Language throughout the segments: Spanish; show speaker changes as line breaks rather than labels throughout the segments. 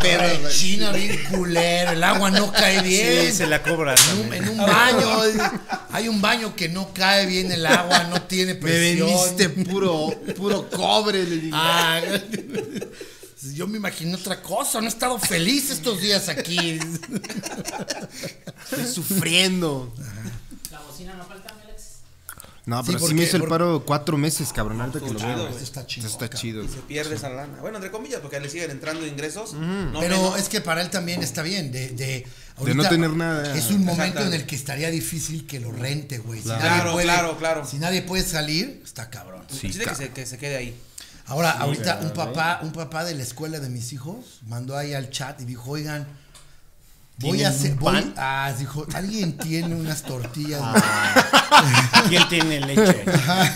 pedo, güey.
China bien culero, el agua no cae bien.
Eh,
Sí, se la cobra.
En un,
también.
en un baño, hay un baño que no cae bien el agua, no tiene
Me
presión.
vendiste puro, puro cobre, le dije.
Ah, yo me imaginé otra cosa, no he estado feliz estos días aquí.
Estoy sufriendo.
La bocina no falta, mi Alex.
No,
Sí,
pero sí,
porque-
me hizo el
porque-
paro cuatro meses, cabrón. Ahorita que lo
chido,
veo.
güey.
Esto
está
Esto está
cabrón.
chido.
Y se pierde esa lana. Bueno, entre comillas, porque le siguen entrando ingresos. no
Pero
menos.
es que para él también está bien, de, de,
no tener nada.
Es un momento en
Exactamente.
el que estaría difícil que lo rente, güey. Si
Claro.
nadie
Claro,
puede-
claro, claro.
Si nadie puede salir, está cabrón.
Sí,
Chile que
cabrón.
se, que se quede ahí.
Ahora, ahorita un papá, un papá de la escuela de mis hijos mandó ahí al chat y dijo, oigan, voy a
¿Tienen
hacer.
un
voy-"
pan? Ah.
Ah, dijo, alguien tiene unas tortillas.
¿Quién tiene leche?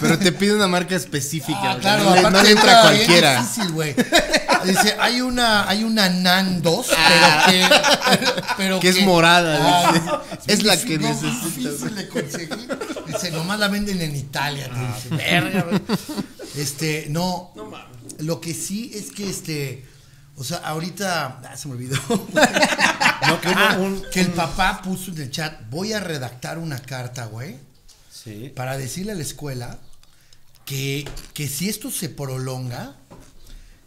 Pero te pide una marca específica.
Ah,
güey.
claro,
no, le-
aparte
no le entra
está
a
bien
cualquiera.
difícil, güey. Dice, hay una, hay una Nandos, pero que, pero
Ah. Que es morada,
Ah,
dice. Es
bien
la
difícil,
que
no, bien
necesitas.
difícil de conseguir. Dice, nomás la venden en Italia.
Ah.
te dice. Verga, güey. Este, no. Lo que sí es que este, o sea, ahorita ah, se me olvidó.
No, que
Ah,
uno- un.
que el papá puso en el chat, voy a redactar una carta, güey
Sí.
para decirle a la escuela que, que si esto se prolonga,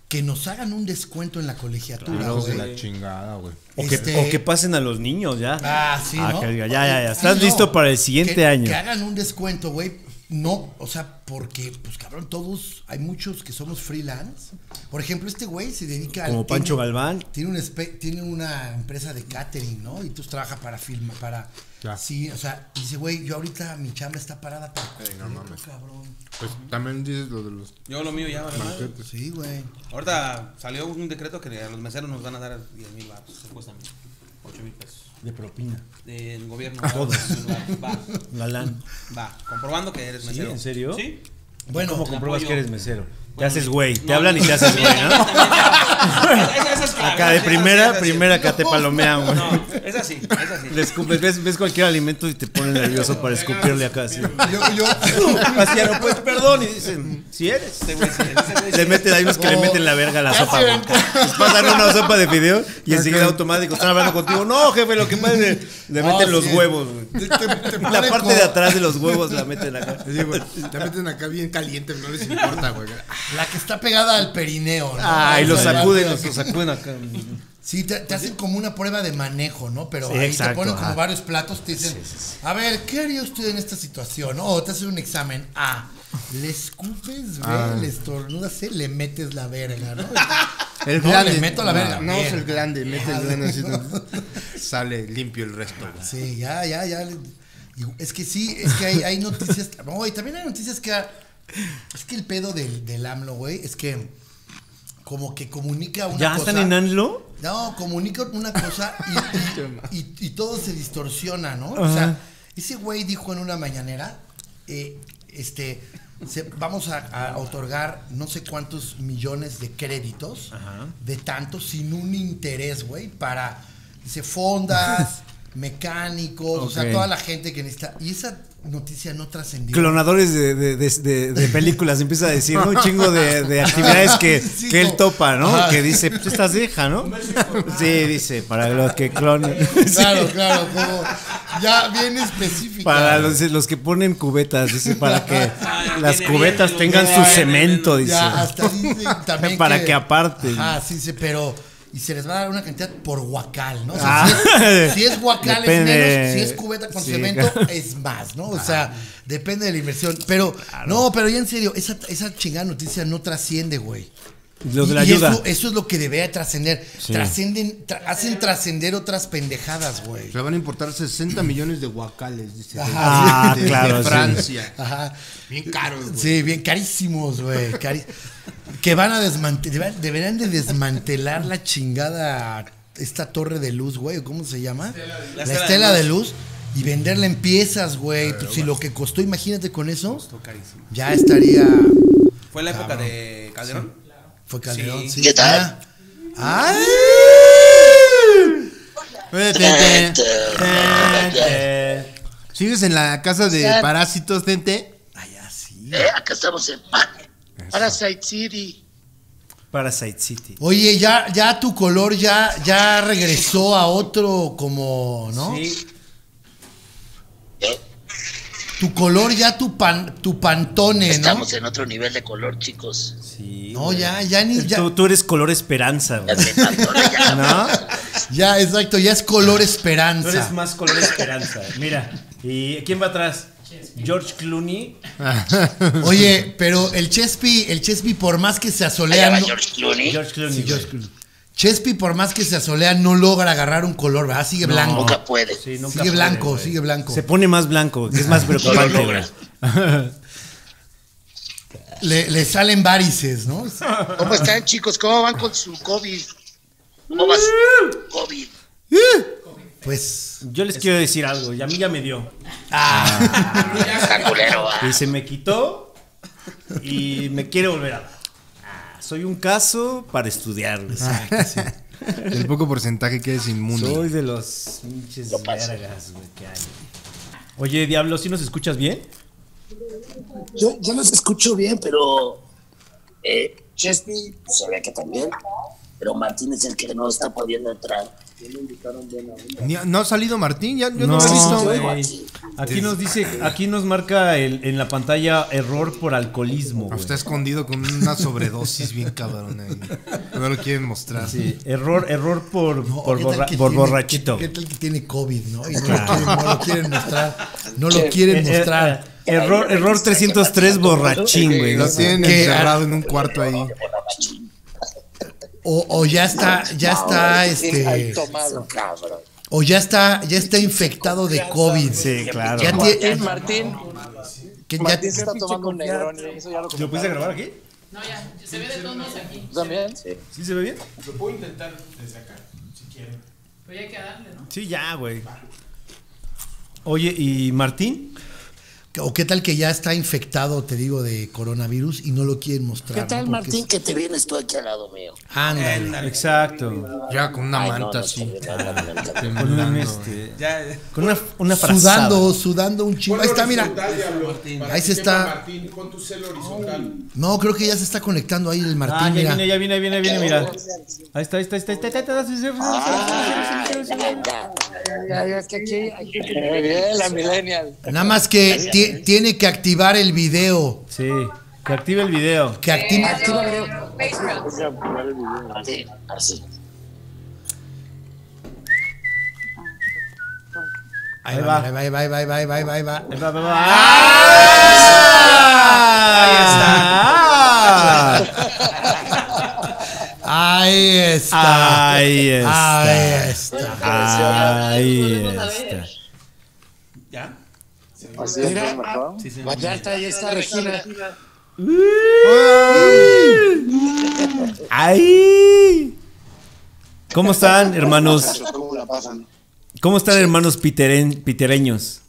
que nos hagan un descuento en la colegiatura.
Hijos de
güey.
la chingada, güey.
O, que,
Este-
o que pasen a los niños ya.
Ah, sí,
Ah,
¿no?
que diga, ya, ya, ya. Estás
Sí, no.
listo para el siguiente
Que-
año.
Que hagan un descuento, güey. No, o sea, porque, pues cabrón, todos, hay muchos que somos freelance. Por ejemplo, este güey se dedica al-
Como Pancho
tiene-
Galván.
Tiene, un espe- tiene una empresa de catering, ¿no? Y tú trabajas para firma, para...
Ya.
Sí, o sea, dice, güey, yo ahorita mi chamba está parada para... no mames. Cabrón.
Pues también dices lo de los
Yo lo mío ya, vale madre.
banquetes.
Sí, güey.
Ahorita salió un decreto que a los meseros nos van a dar 10 mil baros. Se cuestan 8 mil pesos.
De propina.
Del gobierno.
todos.
Va,
Galán.
va. Comprobando que eres
¿Sí?
mesero.
¿En serio?
Sí.
Bueno,
¿Cómo compruebas
apoyo.
que eres mesero? Te
Bueno,
haces güey. Te
no,
hablan y
no,
te haces
también,
güey, ¿no?
también, también. Esa- esa es clave,
Acá de
esa- esa- esa
primera,
sí.
primera acá te palomean, güey.
No, es así, es así.
Le escupes, ves, ves cualquier alimento y te pones nervioso para escupirle acá así.
yo, yo,
Así ya no puedes perdón y dicen, si eres.
Ese Este güey sí, ese güey sí.
Le meten, hay unos que le meten la verga a la
Ya
sopa.
se
güey. Les pasan una sopa de video y enseguida automático están hablando contigo. No, jefe, lo que pasa es que le
No,
meten los
Oh, sí.
huevos, güey.
Te, te- te
La
ponen
parte
como-
de atrás de los huevos la meten acá.
Sí, güey. Te meten acá bien caliente, no les importa, güey.
La que está pegada al perineo. ¿no?
Ay, lo
O sea,
sacuden,
la-
los sacuden acá.
Sí, te, te hacen como una prueba de manejo, ¿no? Pero
Sí,
ahí te
exacto,
ponen como
ajá.
varios platos, te dicen, a ver, ¿qué haría usted en esta situación? O te hacen un examen. A, le escupes, B,
Ah.
le estornudas, C, le metes la verga, ¿no?
El
No,
glande.
le meto la verga.
No, es
Bien.
el glande, mete el glande así. Sale limpio el resto, güey.
Sí, ya, ya, ya. le- y Es que sí, es que hay, hay noticias. que- No, y también hay noticias que. ha- Es que el pedo del, del AMLO, güey, es que. Como que comunica una
¿Ya
cosa.
están en ANLO?
No, comunica una cosa y, y- y- y todo se distorsiona, ¿no? O sea,
Ajá.
ese güey dijo en una mañanera, eh, este, se- vamos a, a otorgar no sé cuántos millones de créditos, de tanto, sin un interés, güey, para, dice, fondas, mecánicos, o sea,
Ok.
toda la gente que necesita. Y esa noticia no trascendió.
Clonadores de, de, de- de- de películas, empieza a decir ¿no? un chingo de, de actividades que,
Sí,
que él
no.
topa, ¿no?
Ajá.
Que dice, pues estás vieja, ¿no? Sí, dice, para los que clonen.
Claro, claro, como ya bien específica.
Para los, los que ponen cubetas, dice, para que
Ah,
las
viene
cubetas
bien,
tengan
viene
su
bien,
cemento,
viene
dice.
Ya, hasta dicen también
Para que aparten.
Ah, sí, sí, pero... Y se les va a dar una cantidad por huacal, ¿no? O sea,
Ah.
si, es, si es huacal
Depende.
es menos, si es cubeta con
Sí. Ah.
cemento es más, ¿no? O sea, depende de la inversión. Pero, no, pero ya en serio, esa, esa chingada noticia no trasciende, güey.
Los de la
Y- y
ayuda.
Eso, eso es eh, lo que debería trascender.
Sí.
Trascenden, tra- hacen trascender otras pendejadas, güey.
Le van a importar 60 millones de guacales, dice. de-
Ah,
de- de
claro, sí.
Francia.
Ajá.
Bien caros, güey.
Sí, bien carísimos, güey. cari- que van a desmantelar, deberían de desmantelar la chingada, esta torre de luz, güey, ¿cómo se llama? La, estela, de, luz. y venderla en piezas, güey. Pues, si lo que costó, imagínate con eso,
Estuvo carísimo.
ya estaría...
Fue la época de Calderón.
Fue Calderón, sí.
Sí.
¿Qué tal?
Ah. ¡Ay!
¿Sigues en la casa de parásitos, Tente?
Ay, así.
Eh, acá estamos en Pa- Parasite City.
Parasite City.
Oye, ya, ya tu color ya, ya regresó a otro como, ¿no?
Sí,
Tu color ya tu pan, tu pantone, ¿no?
Estamos en otro nivel de color, chicos.
sí.
No,
güey.
ya, ya ni, ya,
Tú, tú eres color esperanza,
Ya
güey.
se pasó, ya.
¿No?
ya, exacto, ya es color
Ah, Tú
esperanza.
eres más color esperanza. Mira, ¿y quién va atrás? George Clooney.
Oye, pero el Chespi, el Chespi por más que se
Allá
asolea,
va
no,
George Clooney.
George Clooney.
Sí,
güey.
George Clooney. Chespi por más que se asolea no logra agarrar un color, ¿verdad? Sigue
No.
blanco.
Nunca puede.
Sí, nunca
sigue
puede,
blanco,
güey.
sigue blanco.
Se pone más blanco, que es más preocupante.
logra.
güey.
Le, le salen varices, ¿no?
¿Cómo están, chicos? ¿Cómo van con su COVID? ¿Cómo vas? COVID.
Pues.
Yo les quiero decir algo, y a mí ya me dio.
Está culero, va.
Y se me quitó y me quiere volver a dar. Ah, Soy un caso para estudiar. güey.
El poco porcentaje que es inmundo.
Soy de los pinches
pasa.
vergas, güey, que hay. Oye, Diablo, ¿sí nos escuchas bien?
Yo, yo los escucho bien, pero eh, Chespi sabía que también, pero Martín es el que no está pudiendo entrar.
Ni- No ha salido Martín, ya yo no, lo he visto.
güey.
güey.
Aquí nos dice, aquí nos marca el- en la pantalla error por alcoholismo. güey.
Está escondido con una sobredosis bien cabrón ahí. No lo quieren mostrar.
Sí, error, error por, por,
¿qué tal
borra-
que
por
tiene-
borrachito.
¿Qué
güey.
tal que tiene COVID, no? Y no, lo quieren, no lo quieren mostrar. No lo quieren
Eh, eh,
mostrar.
eh, error, error 303 borrachín, güey.
Lo tienen
¿Qué?
encerrado en un cuarto ahí.
O, o ya está, ya está, este.
tomado, cabrón.
O ya está, ya está infectado de COVID.
Sí, claro.
Ya tiene.
Martín,
que ya-
Martín se está tomando un Negroni, eso ya
¿Lo
lo comenté
pudiste grabar aquí?
No, ya, se ve de todos modos aquí.
también.
¿Sí se ve bien?
Pero ya hay que darle, ¿no?
Sí, ya, güey. Oye, ¿y Martín?
o qué tal que ya está infectado, te digo, de coronavirus y no lo quieren mostrar.
¿Qué tal,
¿no? Porque
Martín, que te vienes tú aquí al lado mío?
es- Ándale.
Exacto.
Ya con una
Ay, no,
manta
no,
así.
está bien, no, no, no, no.
Con un este.
Ya, ya.
Con una, una frazada.
Sudando, sudando un chingo. Ahí está, mira.
Martín.
Ahí se está.
Martín, pon tu cel horizontal.
No, creo que ya se está conectando ahí el
Ah,
Martín,
ya
mira.
viene, ya viene, ya viene, viene, mira. Ahí está, ahí está, ahí está. Ahí está, ahí está, ahí está.
Ya, ya, es que aquí, aquí muy bien, la millennial.
Nada más que ti- tiene que activar el video.
Sí, que active el video.
Que active.
Así, así.
Ahí
Ahí
va,
va.
ahí va, ahí va, ahí va, ahí va, ahí va, ahí va, ahí va.
Ahí va, va, va. ¡Ah!
Ahí está.
Ahí está.
Ahí está.
Ahí está.
¿Ya?
Así es, mejor.
Sí, sí.
Vallarta, ahí está Regina.
¡Ay! ¿Cómo están, hermanos?
¿Cómo la pasan?
¿Cómo están, hermanos piteren- pitereños?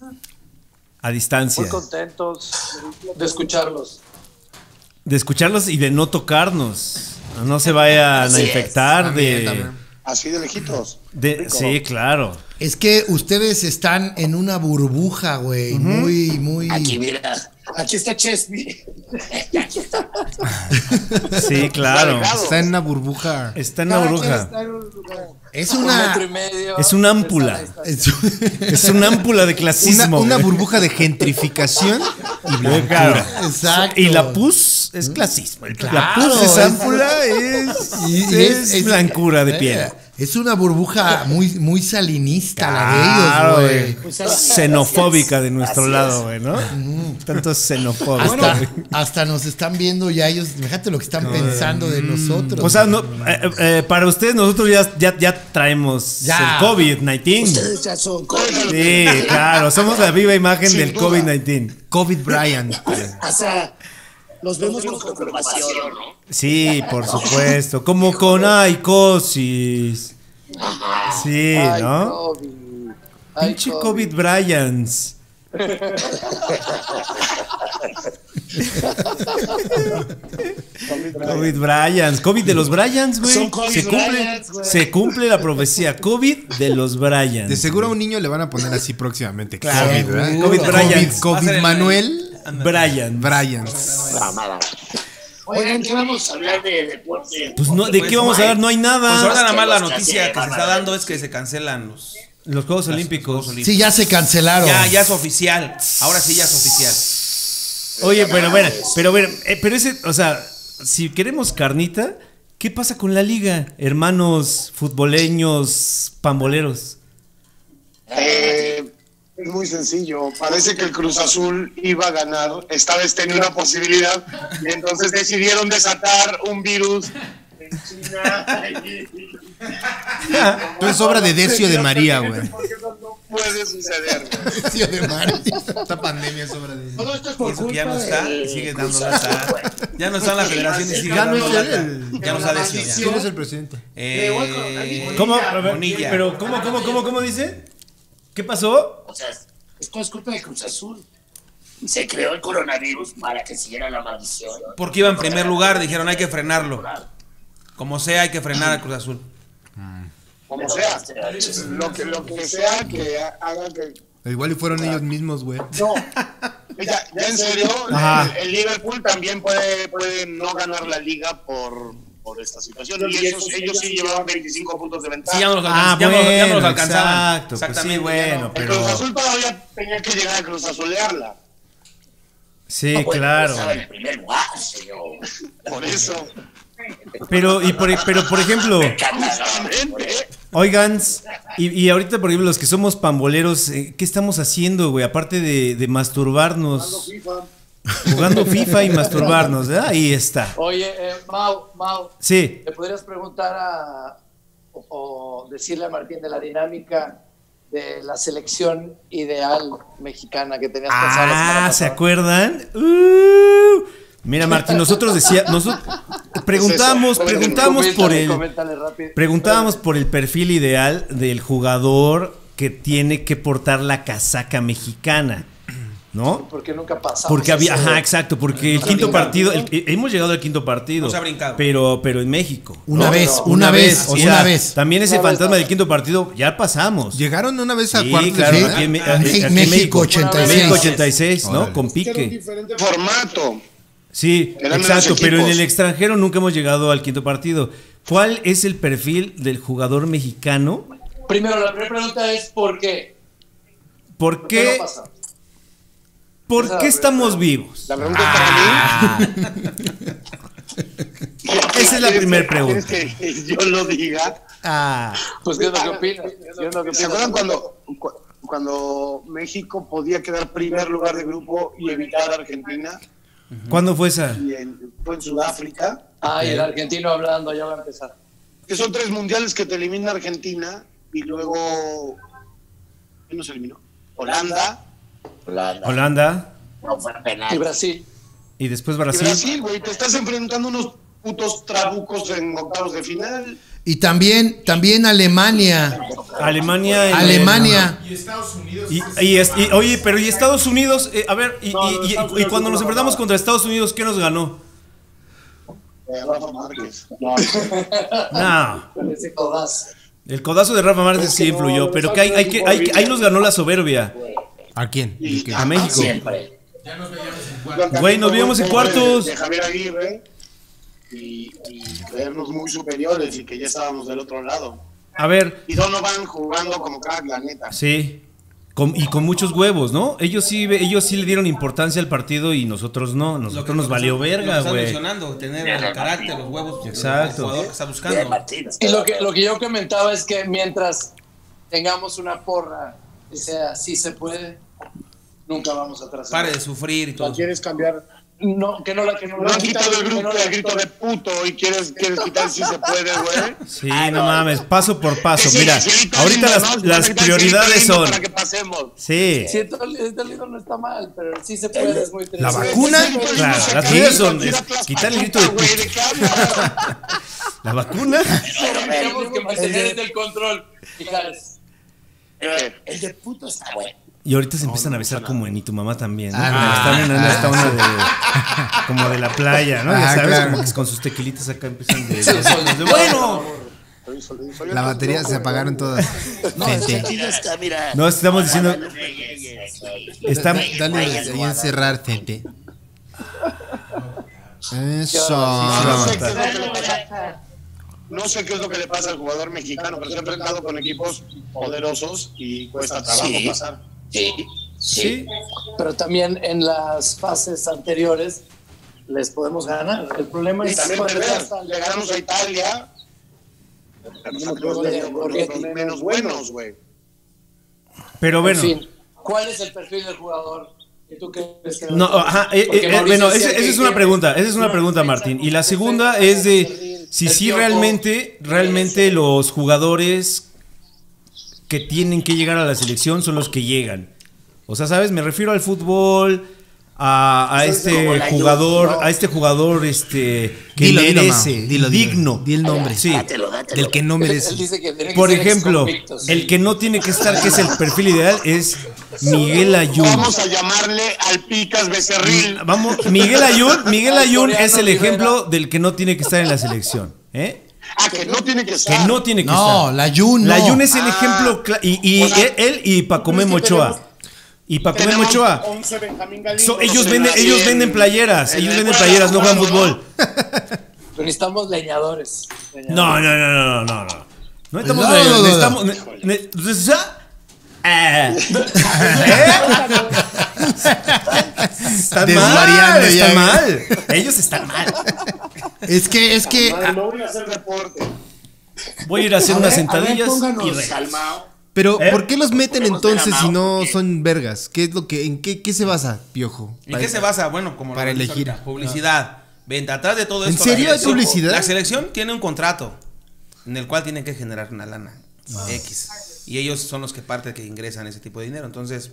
A distancia.
Muy contentos
Ah.
de escucharlos.
De escucharlos y de no tocarnos. No se vayan a
Así es.
infectar
También,
de,
también.
Así de lejitos.
de- Sí, claro.
Es que ustedes están en una burbuja, güey. Muy, muy.
Aquí, mira.
Aquí está Chesney.
Sí, claro.
Está en una burbuja.
Está en la bruja.
Es
Un metro y
una.
medio.
Es una ámpula.
es un-
Es una ámpula de
Una,
clasismo.
una
güey.
burbuja de gentrificación y
Sí,
blancura.
claro.
Exacto.
Y la pus es clasismo. la
Claro,
pus es
es-
ámpula, es,
Y- y
es blancura de
eh,
piel.
Es una burbuja muy, muy salinista la
Claro,
de ellos, güey.
güey. Xenofóbica de nuestro lado, güey, ¿no? Tanto xenofóbica.
Hasta,
güey.
hasta nos están viendo ya ellos. Fíjate lo que están pensando de nosotros.
mm, O sea,
güey.
no, eh, eh, para ustedes nosotros ya, ya, ya traemos
Ya.
el COVID-19.
Ustedes ya son COVID.
Sí, claro, somos la viva imagen
Sin
del
duda.
COVID-19.
COVID Bryant.
O sea, los vemos con preocupación, ¿no?
Sí, por supuesto. Como con Icosis. Sí, ¿eh,
Ay,
¿no?
COVID. Ay,
Pinche COVID Bryans. COVID Bryans. COVID de los Bryans, güey.
Son COVID
se, cumple,
Bryans, güey.
se cumple la profecía. COVID de los Bryans.
De seguro a un niño le van a poner así próximamente.
Claro,
COVID,
güey.
¿verdad?
COVID
COVID,
Bryant.
COVID Manuel
Bryans.
Bryant.
Mamada. Oigan, ¿qué vamos a hablar de deporte?
Pues no, ¿de
Pues,
qué vamos a hablar? No hay
Pues
nada.
ahora nada más la
Los que
noticia
se
que se está
van a-
dando es que se cancelan los.
Los Juegos Olímpicos.
Sí, ya se cancelaron.
Ya, ya es oficial. Ahora sí ya es oficial.
Oye, pero bueno, pero bueno, eh, pero ese, o sea, si queremos carnita, ¿qué pasa con la liga? Hermanos futboleños, pamboleros.
Eh, es muy sencillo. Parece que el Cruz Azul iba a ganar. Esta vez tenía una posibilidad. Y entonces decidieron desatar un virus en China.
Tú es obra de Decio de María, güey.
Porque eso no puede suceder. güey.
Decio de María. Esta pandemia es obra de Decio.
Todo esto es
Y
por
eso
culpa
que ya no está,
de-
y sigue dando lata. Ya no está en la federación y sigue
Ya no
dando
es
lata.
él.
Ya no está decidido. ya.
¿Quién es el presidente?
Eh,
¿Cómo? A ver,
Bonilla.
Pero ¿cómo, cómo, cómo, cómo dice? ¿Qué pasó?
O sea, esto es culpa de Cruz Azul. Se creó el coronavirus para que siguiera la maldición.
Porque iba en primer lugar, dijeron hay que frenarlo. Como sea, hay que frenar a Cruz Azul.
Como sea. Lo que, lo que sea que haga que
Igual y fueron ellos mismos, güey.
No. Ya, ya en serio, el, el Liverpool también puede, puede no ganar la liga por, por esta situación. Y esos, ellos sí llevaban 25 puntos de ventaja.
Sí, ya no los, alcanz- ya no los- ya no los alcanzaban.
Ah, Exacto, pues sí,
ya
bueno,
no.
el
pero.
Cruz Azul todavía tenía que llegar a Cruz Azulearla.
Sí,
Ah,
No puede
claro.
pues,
empezar en el primer lugar, señor.
Por eso,
Pero, y por, pero por ejemplo,
justamente.
oigan, y, y ahorita, por ejemplo, los que somos pamboleros, eh, ¿qué estamos haciendo, güey? Aparte de, de masturbarnos, jugando FIFA y masturbarnos, ¿verdad? Ahí está.
Oye, eh, Mau, Mau,
Sí,
¿le podrías preguntar a, o, o decirle a Martín de la dinámica de la selección ideal mexicana que tenías pensado la semana
Ah, ¿se
pasada?
acuerdan? Uh, mira, Martín, nosotros decía, nosotros preguntamos,
Es eso.
preguntamos
Coméntale,
por el
coméntale rápido.
preguntábamos por el perfil ideal del jugador que tiene que portar la casaca mexicana, ¿no?
Porque nunca pasamos.
Porque había,
Pues, ese-
ajá, exacto, porque el
ha
quinto
brincado.
partido, el- hemos llegado al quinto partido,
Nos ha brincado.
pero pero en México.
Una
No,
vez,
no.
una, vez,
o
una
sea,
vez.
También ese
Una vez
fantasma
nada
del quinto partido ya pasamos.
Llegaron una vez a
Sí,
cuartos
claro,
de
aquí en
final.
Me- aquí en
México 86.
México 86, ¿no?
Órale.
Con
Era un
pique.
diferente
Formato.
Sí,
Eran
exacto,
menos
pero en
equipos.
el extranjero nunca hemos llegado al quinto partido. ¿Cuál es el perfil del jugador mexicano?
Primero, la primera pregunta es ¿por qué?
¿Por
¿Por qué
qué,
no pasa?
¿por qué estamos vivos?
La pregunta para mí.
Ah. Esa es la primer pregunta.
¿Quieres que- ¿Quieres que yo lo diga?
Ah,
Pues, ¿qué es lo que opinas? ¿Qué es lo que opinas?
¿Se acuerdan cuando, cu- cuando México podía quedar primer lugar de grupo y evitar a Argentina?
¿cuándo fue esa?
y en, fue en Sudáfrica.
Ay, el argentino hablando, ya va a empezar.
Que son tres mundiales que te elimina Argentina y luego. ¿Quién nos eliminó? Holanda.
Holanda.
Holanda
No fue
Y
penal.
Brasil.
y después
Y
Brasil.
Brasil, güey. Te estás enfrentando a unos putos trabucos en octavos de final.
Y también, también Alemania.
Alemania. en-
Alemania.
Y Estados Unidos.
Y, y es- y- oye, pero ¿y Estados Unidos? Eh, a ver, y,
No,
y-
no,
y-
Estados
y
Unidos
cuando
es
nos
una
enfrentamos
mamada.
contra Estados Unidos, ¿qué nos ganó?
Eh, Rafa Márquez.
No.
Con ese codazo.
El codazo de Rafa Márquez sí influyó, pero que hay, hay que, hay que- ahí nos ganó la soberbia
¿A quién?
Y-
¿Qué?
a México.
Siempre.
Güey, nos vimos en cuartos.
De, de Javier Aguirre. Y, y creernos muy superiores y que ya estábamos del otro lado.
A ver,
Y Donovan jugando como crack, la neta.
Sí. Con- y con muchos huevos, ¿no? Ellos sí, ve- ellos sí le dieron importancia al partido y nosotros no.
Lo
Nosotros
que-
nos valió
lo que
verga,
estás
güey.
mencionando, tener el carácter, los huevos,
Exacto.
el jugador que está
Bien,
buscando.
Martín.
Y lo que, lo que yo comentaba es que mientras tengamos una porra que sea sí se puede, nunca vamos a
Pare
trascender.
de sufrir y todo.
¿Quieres cambiar?
No, que no la que no,
No
la
han quitado el,
que
grupo,
no la-
el grito de puto y quieres, quieres quitar si se puede, güey.
Sí, no mames, paso por paso. Mira,
Sí, sí,
ahorita
lindo,
las,
¿no?
las
Sí,
prioridades
lindo
son.
Para que pasemos.
Sí.
Sí, el libro no está mal, pero sí se puede, es muy
La
interesante.
vacuna.
Claro,
Sí,
las
sí,
prioridades
sí,
son
sí,
es
sí, sí,
quitar el
sí,
grito de
sí, güey, ¿de qué hablas?
La vacuna.
Tenemos que mantener el control. Fijaros.
El de puto está bueno.
Y ahorita se empiezan a besar como en y tu mamá también. ¿no?
Ah,
Como están en
ah,
esta onda de. Como de la playa, ¿no? Ya
Ah,
sabes,
claro.
como que con sus tequilitas acá empiezan de. de- bueno.
La batería se apagaron todas.
No, el de puto está, mira.
No, estamos diciendo.
Reyes, aquí.
Están,
Dale ahí encerrar, gente.
No
Eso.
sé, qué es lo que le pasa- no sé qué es lo que le pasa al jugador mexicano, pero se ha enfrentado con equipos poderosos y cuesta trabajo
Sí.
pasar.
Sí, sí.
Sí,
Pero también en las fases anteriores les podemos ganar. El problema
Y
es
también
cuando ya
perder.
están-
Le ganamos a Italia. Tenemos equipos menos- menos buenos, güey.
pero bueno.
En fin, ¿cuál es el perfil del jugador que tú crees que
No, ajá, eh,
Porque
eh,
Mauricio
bueno,
decía
esa
que
esa es una
tiene
pregunta, esa es una pregunta,
defensa
Martín.
con
Y la
defensa
segunda
para
es de
servir.
si
El
sí
Piojo
realmente, realmente
merece.
los jugadores que tienen que llegar a la selección son los que llegan. O sea, ¿sabes? Me refiero al fútbol, a, a este jugador, a este jugador este que
Dilo, dilo,
merece,
Mao, dilo, dilo.
digno.
Di el nombre.
Sí.
Dátelo, dátelo.
Del que no
Él
merece.
dice que tiene que
Por
ser
ejemplo,
exconvictos.
el que no tiene que estar, que es el perfil ideal, es Miguel Ayun.
Vamos a llamarle al Picas Becerril.
Vamos, Miguel Ayun, Miguel
Al
Ayun
coreano
es el
Rivera.
ejemplo del que no tiene que estar en la selección, ¿eh?
Ah, que no tiene que
Que
estar.
no tiene que
No,
estar.
la Jun.
La
no.
Ayun es el
Ah.
ejemplo cla- y, y
O sea,
él y Paco
es que
Memochoa.
tenemos-
Y Paco
tenemos
Memochoa.
11 Benjamín
So,
Galindo.
ellos
en
venden,
la-
ellos
en-
venden playeras,
en
ellos
la
venden
escuela,
playeras, no juegan
¿no?
fútbol.
Pero necesitamos leñadores. leñadores.
No, no, no, no, no, no, no. No necesitamos,
No, no, no, no.
necesitamos- ne- ne- entonces, ah, ah. Están mal,
Desvariando ya,
están
güey.
mal. Ellos están mal.
Es que, es que.
Ah, No voy a hacer reporte.
Voy a ir a hacer
A
unas
ver, a ver,
sentadillas
pónganos
y regreso.
Calmao.
Pero,
¿Eh?
¿por qué los meten
Ponemos
entonces
Benamao,
si no
¿por qué?
son vergas? ¿Qué es lo que, en qué, qué se basa, piojo?
¿En qué se basa? Bueno, como lo
Para
dijiste
elegir.
ahorita, publicidad. Venta atrás de todo
¿En
esto.
serio
la
hay
selección-
publicidad?
La selección tiene un contrato en el cual tienen que generar una lana
Ah.
X. Y ellos son los que parte que ingresan ese tipo de dinero. Entonces,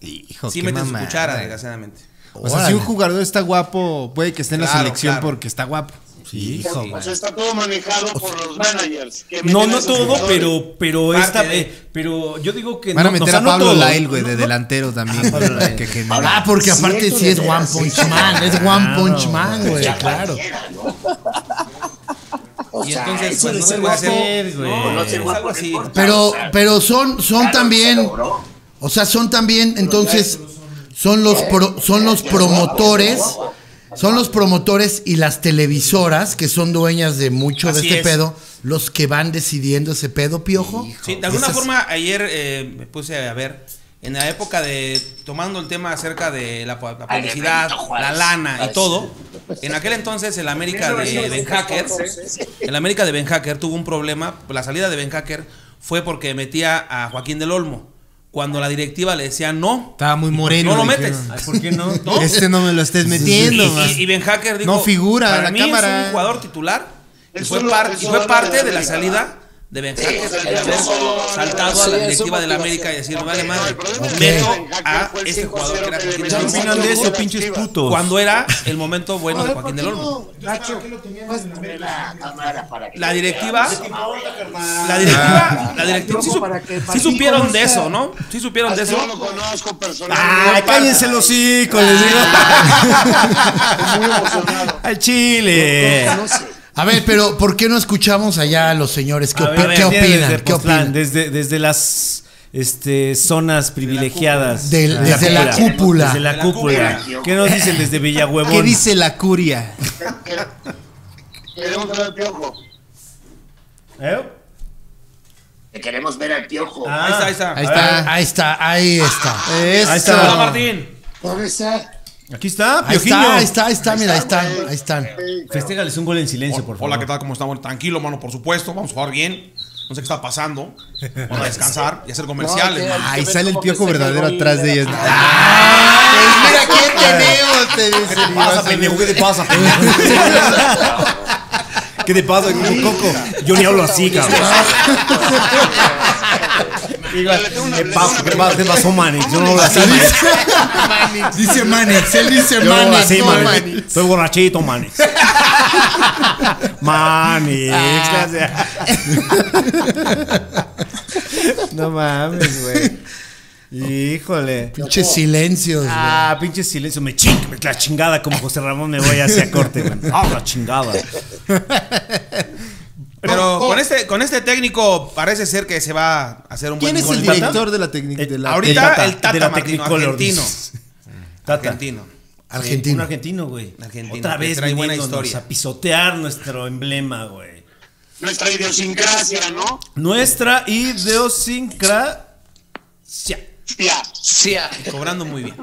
Hijo,
sí
qué
meten
mamada.
su cuchara, desgraciadamente.
O sea, si un jugador está guapo, puede que esté en la
Claro,
selección
claro.
porque está guapo. Sí, hijo,
Sí.
güey.
O sea, está todo manejado por los managers. que
No,
meten a
no
esos
todo,
jugadores.
pero, pero
Parte
esta
de-
eh, pero yo digo que
Van
no,
a meter
o sea,
a
no
Pablo
todo.
Lail, güey,
No,
de
no,
delantero también. güey, que genera.
Ah, porque aparte sí es One Punch Man, es One Punch Man, güey, claro.
Y entonces,
eso
pues,
de
no se puede
ser
guapo,
hacer.
güey.
No, no
No
se puede
ser guapo
algo
no
así.
importa.
Pero, pero son, son
Claro,
también,
se logró.
o sea, son también, entonces, son los, pro- son los promotores, son los promotores y las televisoras que son dueñas de mucho de
Así
este
es.
pedo, los que van decidiendo ese pedo, piojo.
Sí, de alguna
Oh, Esas-
forma ayer eh, me puse a ver en la época de tomando el tema acerca de la, pu- la
Ay,
publicidad,
Benito Juárez.
la lana y
Ay, pues,
todo. En aquel entonces el América de Ben Hacker, el América de Ben Hacker tuvo un problema. La salida de Ben Hacker fue porque metía a Joaquín del Olmo. Cuando la directiva le decía no,
Estaba muy moreno.
no lo
dijeron.
metes.
Ay, ¿Por qué no?
¿No?
Este no me lo estés
Y,
metiendo, man.
y- y Ben Hacker dijo,
No figura
para
la
mí
cámara.
es un jugador titular. Y
Es
fue,
solo-
par-
es
y
solo
fue
de
parte de la
América.
salida de Ben Hacker
sí,
de haber
sí,
saltado a
sí,
la
es su
directiva de la
motivación.
América y decir, vale
No,
madre,
el problema es que
meto
Ben Hacker
a
fue el
este
5-0
jugador que era
que
Joaquín
le
¿Qué
del
metió
opinan
Olmo.
de eso,
Chivas.
pinches putos?
Cuando era el momento bueno de Joaquín del Olmo.
Nacho, ¿qué lo tenían en la mesa?
La directiva,
importa, carnal?
la directiva, la directiva, sí,
Loco,
sup-
para que el
sí
partido
supieron de
conozca.
eso, ¿no? Sí supieron de
Yo lo
eso.
conozco
Ah,
personalmente.
cállense los hocico, les digo.
Muy emocionado.
Al chile.
A ver, pero ¿por qué no escuchamos allá a los señores? ¿Qué,
A
opi-
ver,
qué
viene
opinan?
Desde,
¿Qué
Postlán,
opinan?
desde, desde las este, zonas privilegiadas.
Del- desde la cúpula.
Desde la
De la
cúpula.
cúpula.
¿Qué nos dicen desde Villahuevón?
¿Qué dice la curia?
Queremos ver al piojo.
¿Eh?
Te queremos ver al piojo.
Ah.
Ahí está, ahí
Ahí
está.
está.
Ahí está, ahí está.
Eso.
Ahí está.
Hola Martín.
Aquí está,
Ahí
Piojillo.
está, ahí está, ahí está, mira, ahí están, ahí están.
Festégales un gol en silencio, por favor.
Hola, ¿qué tal? ¿Cómo estamos? Tranquilo, mano, por supuesto. Vamos a jugar bien. No sé qué está pasando. Vamos a descansar y hacer comerciales.
No,
mano.
Ahí
que
sale
ver
el
cómo
piojo
festeja el
verdadero
gol
atrás de
de
ellos.
la-
¡Ah! Pues mira quién tenemos, te dice.
pasa, pendejo? ¿Qué te pasa, pendejo?
¿Qué te pasa, Coco? Yo ni hablo así, cabrón. ¿Qué pasa? ¿Qué pasa? ¿Qué pasó, Manix? Yo no hablo así, Manix.
Dice Manix, él dice
Yo no hablo
Manix,
así,
no
Manix.
Manix.
Soy borrachito, Manix. Manix. No mames, güey. Híjole.
Pinche silencios, güey.
Ah, pinche silencio. Me ching, la chingada como José Ramón me voy hacia corte, güey. Ah, la chingada.
Pero con este, con este técnico parece ser que se va a hacer un buen
¿Quién es
gol.
el director de la técnica?
Eh, El-
de la-
Ahorita
Tata,
el Tata
de la
Martino,
Technicolor.
argentino.
Tata.
Argentino.
Argentino.
Un argentino, güey.
Argentino,
Otra
que
vez
trae buena
viniéndonos
historia.
a pisotear nuestro emblema, güey.
Nuestra idiosincrasia, ¿no?
Nuestra idiosincrasia.
Ya.
Sí,
Cobrando muy bien.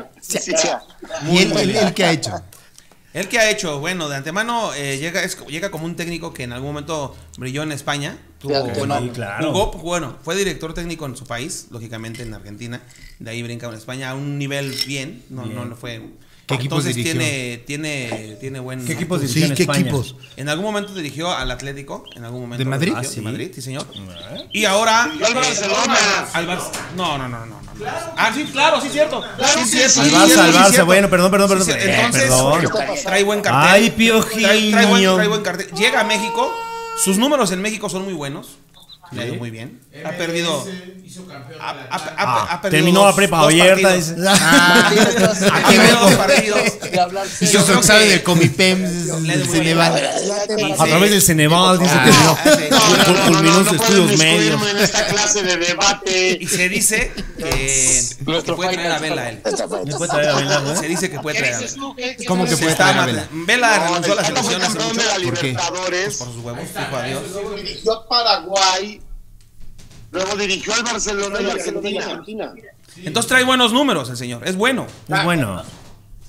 ¿Y él, él- él qué ha hecho?
¿El que ha hecho? Bueno, de antemano eh, llega, es- llega como un técnico que en algún momento brilló en España. Tuvo,
antemano.
bueno,
Sí, claro.
jugó, bueno, fue director técnico en su país, lógicamente en Argentina. De ahí brinca en España a un nivel bien. No, no lo fue.
¿Qué equipos
Entonces
dirigió?
tiene, tiene, tiene buen.
¿Qué equipos
Sí,
dirigió en
¿qué
España?
equipos?
En algún momento dirigió al Atlético. En algún momento
¿De Madrid?
dirigió-
Ah,
sí.
De Madrid, sí, señor. Y ahora.
Yo al
eh,
Barcelona.
al Bar- no, no, no, no. no, no. Ah, sí, claro, sí, cierto. Claro,
Sí,
sí,
sí,
sí,
Al
sí,
Barça,
cierto,
al
sí,
Barça.
cierto.
Bueno, perdón, perdón,
Sí,
perdón.
sí,
Eh,
entonces,
perdón.
trae buen cartel.
Ay,
Trae, trae
Piojiño.
buen, trae buen cartel. Llega a México. Sus números en México son muy buenos. Le ha ido muy bien. Ha perdido. ha- ha- ha-
Ah,
ha perdido
terminó
dos-
la prepa
dos
abierta.
partidos.
dice.
Ah,
Ha perdido dos partidos.
de hablarse.
Yo creo que sabe del Comipem,
Le
del
doy-
Ceneval.
A través del Ceneval dice que
Ah,
no.
sí. No, no, no,
Culminó
no, no
sus
pueden
estudios medios.
excluirme en esta clase de debate.
Y se dice que, que
Nuestro
puede traer a
final.
Vela él.
¿Me puede traer a Vela, güey?
Se dice que puede traer a Vela.
¿Cómo que
Se
puede
está
estar a
matando.
Vela?
Vela
No,
renunció a la
el Tata fue
selección hace
campeón
mucho.
de la
¿Por qué?
Libertadores,
Por sus huevos, dijo adiós.
Luego dirigió a Paraguay.
luego dirigió al Barcelona y Argentina.
Entonces trae buenos números el señor. Es bueno.
Es bueno.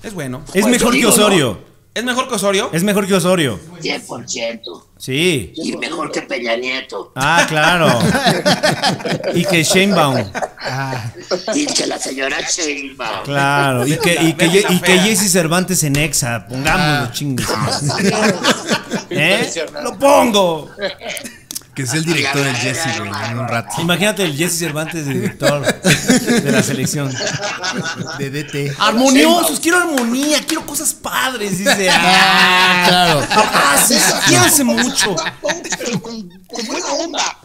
Es bueno.
Es
Pues
mejor
yo
que
digo,
Osorio.
Es mejor que Osorio.
Es mejor que Osorio.
100%.
Sí.
Y mejor que Peña Nieto.
Ah, claro. Y que Sheinbaum.
Y que la señora Sheinbaum.
Claro. Y que, y que, Ye- y que Jesse Cervantes en Exa. Pongámonos chingues. ¿Eh? Lo pongo.
Que es el director del Jesse, güey, en un rato.
Imagínate el Jesse Cervantes, el director de la selección. Ah.
De DT.
Armoniosos, quiero armonía, quiero cosas padres, dice.
Ah, claro.
Abrazos, quiéranse mucho.
Pero con, con buena onda.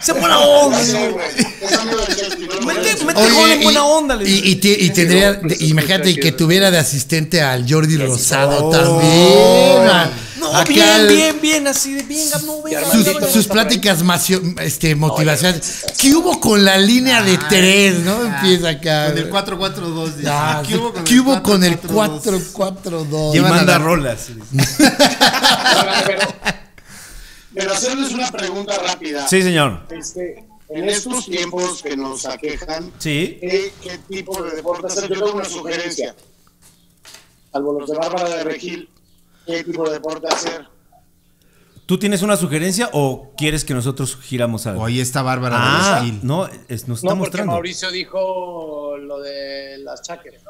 Se buena onda.
Sí, güey. Es amigo de Chespi, ¿no?
Mete, mete
Oye,
gol en
y-
buena onda, le
Y,
dice.
y ti- y tendría, de- imagínate que tuviera de asistente al Jordi Rosado también. a-
Oh. No,
acá
bien,
el-
bien, bien, así de bien, no, venga, venga, venga.
Sus, sus pláticas macio- este, motivacionales. ¿Qué hubo con la línea de tres? ¿No? Empieza acá.
Con el
güey.
442 dice.
Ah,
¿Qué hubo con
¿Qué hubo con el
442?
442?
Y
Llevan a
manda
la-
rolas.
Pero hacerles una pregunta rápida.
Sí, señor.
Este, en estos tiempos que nos aquejan,
Sí.
¿qué, qué tipo de deporte hacer? Yo tengo una sugerencia. Salvo los de Bárbara de Regil, ¿qué tipo de deporte hacer?
¿Tú tienes una sugerencia o quieres que nosotros sugiramos algo?
Oye, está Bárbara
ah,
de Regil.
no, es- nos está
No, porque
mostrando.
Mauricio dijo lo de las cháqueras.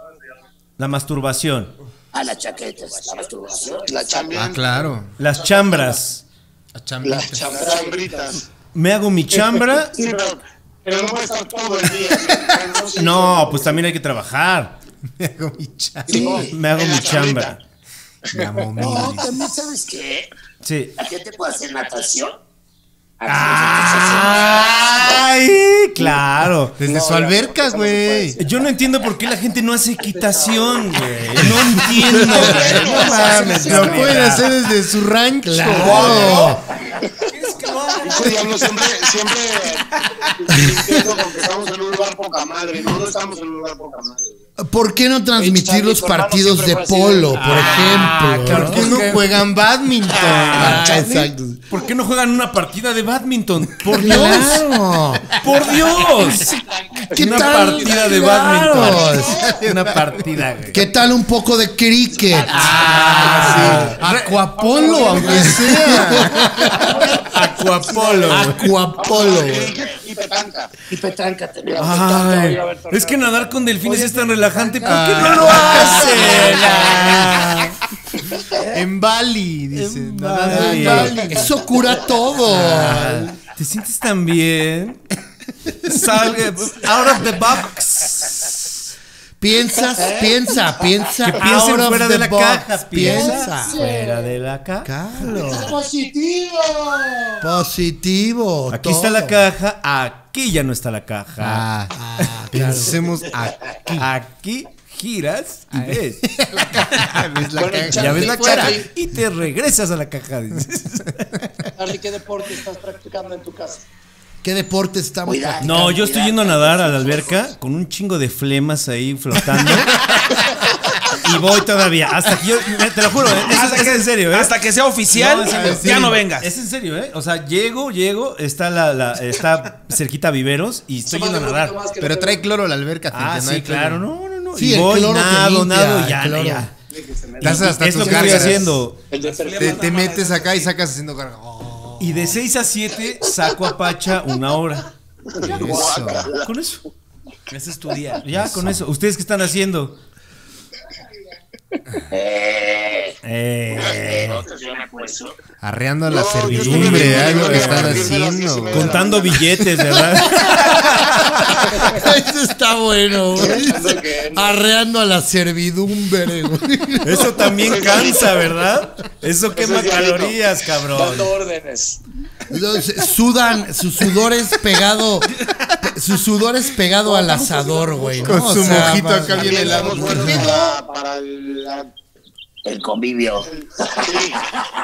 La masturbación,
A las chaquetas, la masturbación.
La
Ah,
chambian,
claro.
las chambras.
A Chambi-
las chambritas.
Me hago mi chambra.
Sí, pero, pero no va a estar todo el día. ¿no? No sé.
No, pues también hay que trabajar.
Me hago mi chamba.
Me hago
en
mi
la chambra.
chambra.
Me amo mil.
No, también sabes qué.
Sí.
La gente puede hacer natación.
Ah.
Ay, claro.
Desde su alberca, güey.
Yo no entiendo por qué la gente no hace equitación, güey. No entiendo, güey. No mames,
Lo pueden
cabrón.
hacer desde su rancho.
Claro.
Sí, diablo, siempre, siempre insisto con que estamos en un lugar poca madre. No, no estamos en un lugar poca madre.
¿Por qué no transmitir
Charlie,
los
tu hermano
partidos de
siempre fue así Ah, de-
polo, por ejemplo?
¿Por qué no juegan badminton?
Ah,
Ah,
exacto.
¿Por qué no juegan una partida de badminton? Por Dios.
Claro.
Por Dios.
¿Qué
una
tal?
partida de
Claro.
badminton. Una partida, güey.
¿Qué tal un poco de cricket?
Ah,
Acuapolo, aunque sea.
Acuapolo.
Acuapolo.
Y petanca.
Y Petranca también.
Ay, es que nadar con delfines es tan relajante. ¿Por qué no lo hacen? Ah.
En Bali, dicen.
En
Nadando
Bali.
en Bali.
Eso cura todo.
¿Te sientes tan bien? Salga. Out of the box.
Piensas, piensa, piensa.
Que piensen
out of
fuera
the
de la
box.
caja. Piensa.
Piensa.
Fuera de la caja.
Claro. Positivo.
Aquí está la
caja.
caja. Aquí ya no está la caja.
Ah, pensemos aquí.
Aquí giras y ves.
Ves la caja.
Ya ves la
Fuera.
caja y te regresas a la caja. dices.
Charlie, ¿qué deporte estás practicando en tu casa?
¿Qué deporte estamos
Cuidado.
No, yo estoy yendo a nadar a la alberca con un chingo de flemas ahí flotando. Y voy todavía. Hasta que yo. Te lo juro, ¿eh? Eso
Hasta
es,
que-
es en serio, ¿eh?
hasta que sea oficial,
en
eh,
serio.
ya no vengas.
Es en serio, ¿eh? O sea, llego, llego. Está la, la- está cerquita Viveros y estoy yendo a nadar.
Pero trae cloro la alberca.
Ah,
gente, no
sí,
hay cloro.
claro, no, no, no.
Sí,
y
el
voy,
cloro te
nado,
limpia,
nado,
el
ya,
cloro.
ya.
Te haces hasta
es
tus
lo que estoy
gárgaras.
haciendo.
Te, te metes acá y sacas haciendo oh, carga.
Y de 6 a 7 saco a Pacha una hora.
Eso.
Con eso.
Ese es tu día.
Ya, con eso. ¿Ustedes qué están haciendo?
Eh,
Eh,
nosotros yo me puesto.
Arreando la
No, yo estoy
servidumbre,
bien,
¿eh?
yo
lo que
estoy
están
bien, yo estoy bien,
haciendo.
yo estoy bien.
contando billetes, ¿verdad?
Eso está bueno, güey.
Pensando que-
Arreando a la servidumbre, güey.
Eso también cansa, ¿verdad? Eso quema
es diarito.
calorías, cabrón.
Dando órdenes.
Entonces, Sudan, su sudor es pegado. Su sudor es pegado al asador, güey. ¿no?
Con
O
su
sea,
mojito
más-
acá bien
También
helado.
estamos buenos para, para la...
El convivio.
Sí,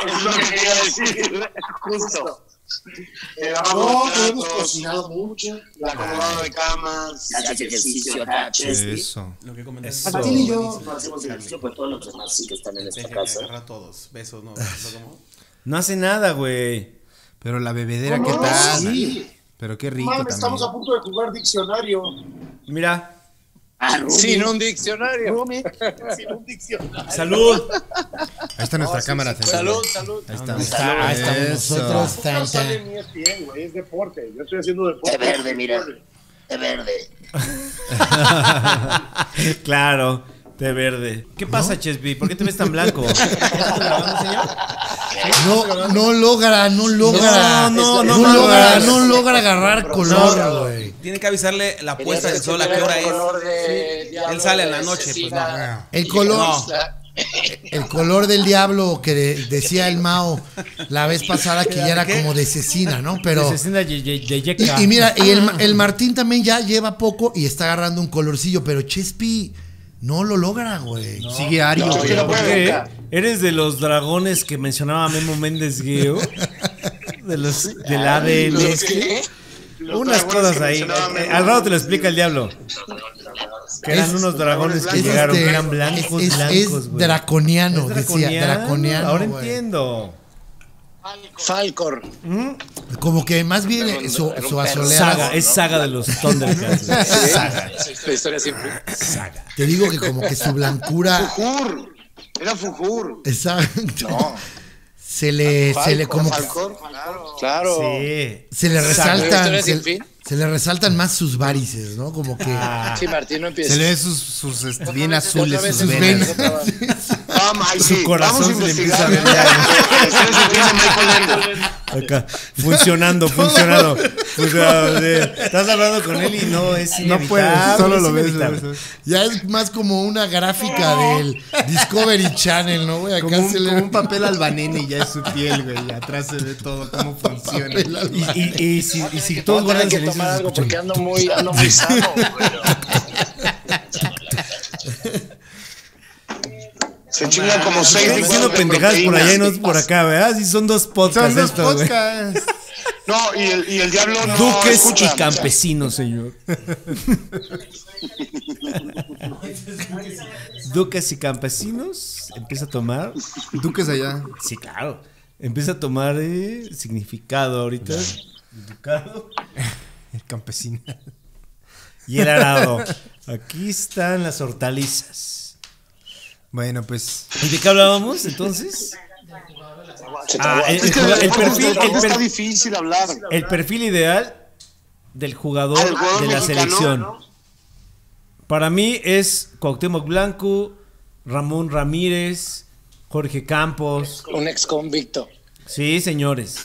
es lo que quería decir. Justo. El lavado de platos,
mucho. Ah.
la acomodada de camas.
Haces ejercicio, taches.
Eso.
Lo que comenté.
Eso.
Martín y yo no hacemos ejercicio, pero todos los demás sí que están en esta casa.
a todos. Besos, ¿no? ¿Cómo?
No hace nada, güey.
Pero la bebedera, ¿qué
No,
tal?
Ah, sí.
Pero qué rico
Mami,
también.
estamos a punto de jugar diccionario.
Mira.
Ah, Rumi.
Sin un diccionario.
Rumi, sin un diccionario.
Salud.
Ahí está nuestra cámara.
Salud, salud.
Ahí está.
Ah, está, ahí estamos
Eso.
nosotros.
No sale ni es bien, güey, es deporte. Yo estoy haciendo deporte.
De verde, mira. De verde.
claro, de verde. ¿Qué pasa, Chespi? ¿Por qué te ves tan blanco?
No, no logra, no logra.
No, no, no,
no
no
logra,
logras.
no logra agarrar color, güey.
Tiene que avisarle la puesta del sol a Pues qué hora es. Él sale en la noche, pues,
Ah,
El color, el color del diablo que de- decía el Mao la vez pasada que ya era como de cecina, ¿no? Pero
Asesina de- de- de
y,
Yeka.
y mira, y
Ah.
el, el Martín también ya lleva poco y está agarrando un colorcillo, pero Chespi no lo logra, güey.
Sigue Ario.
No,
güey.
yo no
¿Por
puedo.
qué? ¿Eres de los dragones que mencionaba Memo Méndez Gueo? De los del ADN.
Los
Unas
dragones
cosas
que
ahí.
mencionaba
Eh,
Memo.
Al rato te lo explica el diablo. Que eran
Es-
unos dragones que
es
llegaron,
este-
que eran blancos,
es- es
blancos, güey.
draconiano,
Es
decía, draconiano.
Ahora
güey.
entiendo.
Falcor.
Como que más bien eh, su, su asoleada.
Saga, es saga de los Thundercats. güey. Saga.
La historia simple.
Te digo que como que su blancura.
Fujur. Era Fujur.
Exacto. Se le, se le como que
Falcor, claro.
Claro.
Sí.
se le
Historia
resaltan.
sin
Se,
fin.
se le resaltan más sus varices, ¿no? Como que.
Ah.
Sí, Martín, no empieza.
Se le ven sus, sus este, bien azules,
otra vez
sus
sus
venas.
venas.
Vamos, ahí sí.
corazón
Vamos a
se le empieza
investigar.
a ¿eh?
Ustedes empiezan Michael Ende.
Acá, funcionando, funcionado. funcionado, sí. Estás hablando con él y no es
No
inevitable.
puedes, solo
es
lo ves.
inevitable.
lo ves.
Ya es más como una gráfica del Discovery Channel, ¿no, güey? Acá
Como un,
se le
como un papel albanene y ya es su piel, güey. y atrás se ve todo cómo funciona.
Papel albanene.
Y, y- y si, y si
Voy
todos
a tener
guardan
que
silencio,
tomar
se
algo
escucha un-
porque ando muy, ando muy sano, güey.
Se chingan como seis
Están
licuados
diciendo
de
pendejadas por allá y
proteínas.
no por acá, ¿verdad? Sí, son dos podcasts
Son los
esto, güey.
podcasts.
No, y el, y el diablo no
Duques
escucha.
y campesinos, señor. Duques y campesinos empieza a tomar.
Duques allá.
Sí, claro. Empieza a tomar eh, significado ahorita. Ducado.
El campesino.
Y el arado. Aquí están las hortalizas.
Bueno, pues.
¿Y de qué hablábamos entonces? Ah, el,
Es que
el jugador-
el
el perfil, el per-
está difícil hablar.
el perfil ideal del jugador
Al jugador
de la
mexicano,
selección.
¿no?
Para mí es Cuauhtémoc Blanco, Ramón Ramírez, Jorge Campos.
Un ex convicto.
Sí, señores.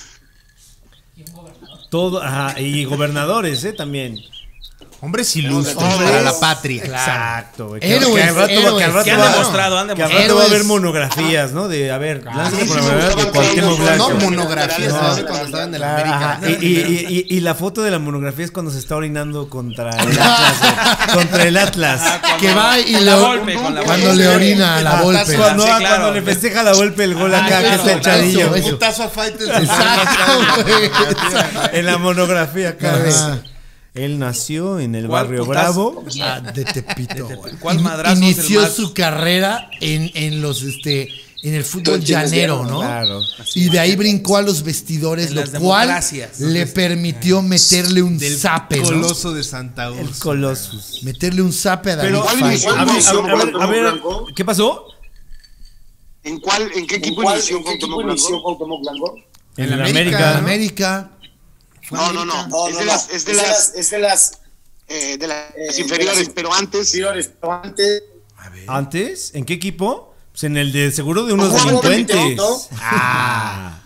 Todo, ajá, y gobernadores, ¿eh? También.
Hombres ilustres
Hombres.
para la patria.
Exacto, güey.
Héroes,
que al rato, va- que al
héroes.
rato
¿Qué han
va-
demostrado? Han
que al rato
demostrado. Ah.
va a haber
Héroes.
monografías, ¿no? De, a ver, lánzate por la
sí,
verdad
sí,
de
sí,
Cuauhtémoc
sí,
Blanco.
No monografías,
No.
no, sé cuando estaba en el
Claro,
América.
Ah, ajá. Y, y- y- y la foto de la monografía es cuando se está orinando contra el Atlas. güey. contra el Atlas.
que va y
Con
le,
Ah, la golpe, con la
cuando
golpe.
le orina a la
Ah,
golpe.
Cuando, Ah,
Sí, claro.
cuando le festeja la golpe el gol acá, que
claro,
está
claro,
echadillo.
eso,
Putazo a Fighters.
Exacto, güey. Exacto.
En la monografía acá.
Ajá.
ves. Él nació en el
¿Cuál
barrio
putazo?
Bravo.
Ah, de Tepito. güey.
¿Cuál
In-
madrazo es el
Inició
más-
su carrera en, en los este en el fútbol
Tienes
llanero,
razón,
¿no?
Claro.
Y de ahí brincó a los vestidores,
En
lo
las
cual
democracias.
le permitió meterle un
Del
zape, ¿no?
coloso de Santa
El
Úrsula.
Colossus.
Meterle un zape a David
Pero, a
¿Cuál
Fay.
inició?
ver, a ver, a ver, a ver, ¿qué pasó?
¿En cuál, en qué
¿En
equipo
cuál-
inició
en qué
Cuauhtémoc
equipo
Blanco?
inició Cuauhtémoc Blanco?
En,
En
la
En
América,
América. ¿no?
América.
No, no, no.
No,
es
no,
de
no.
las, es de las,
es de las
eh, de las
eh,
inferiores,
de las-
pero antes.
inferiores, pero antes.
¿Antes? ¿En qué equipo? Pues en el de seguro de unos
Ojo, ojo,
delincuentes.
¿no?
Ah.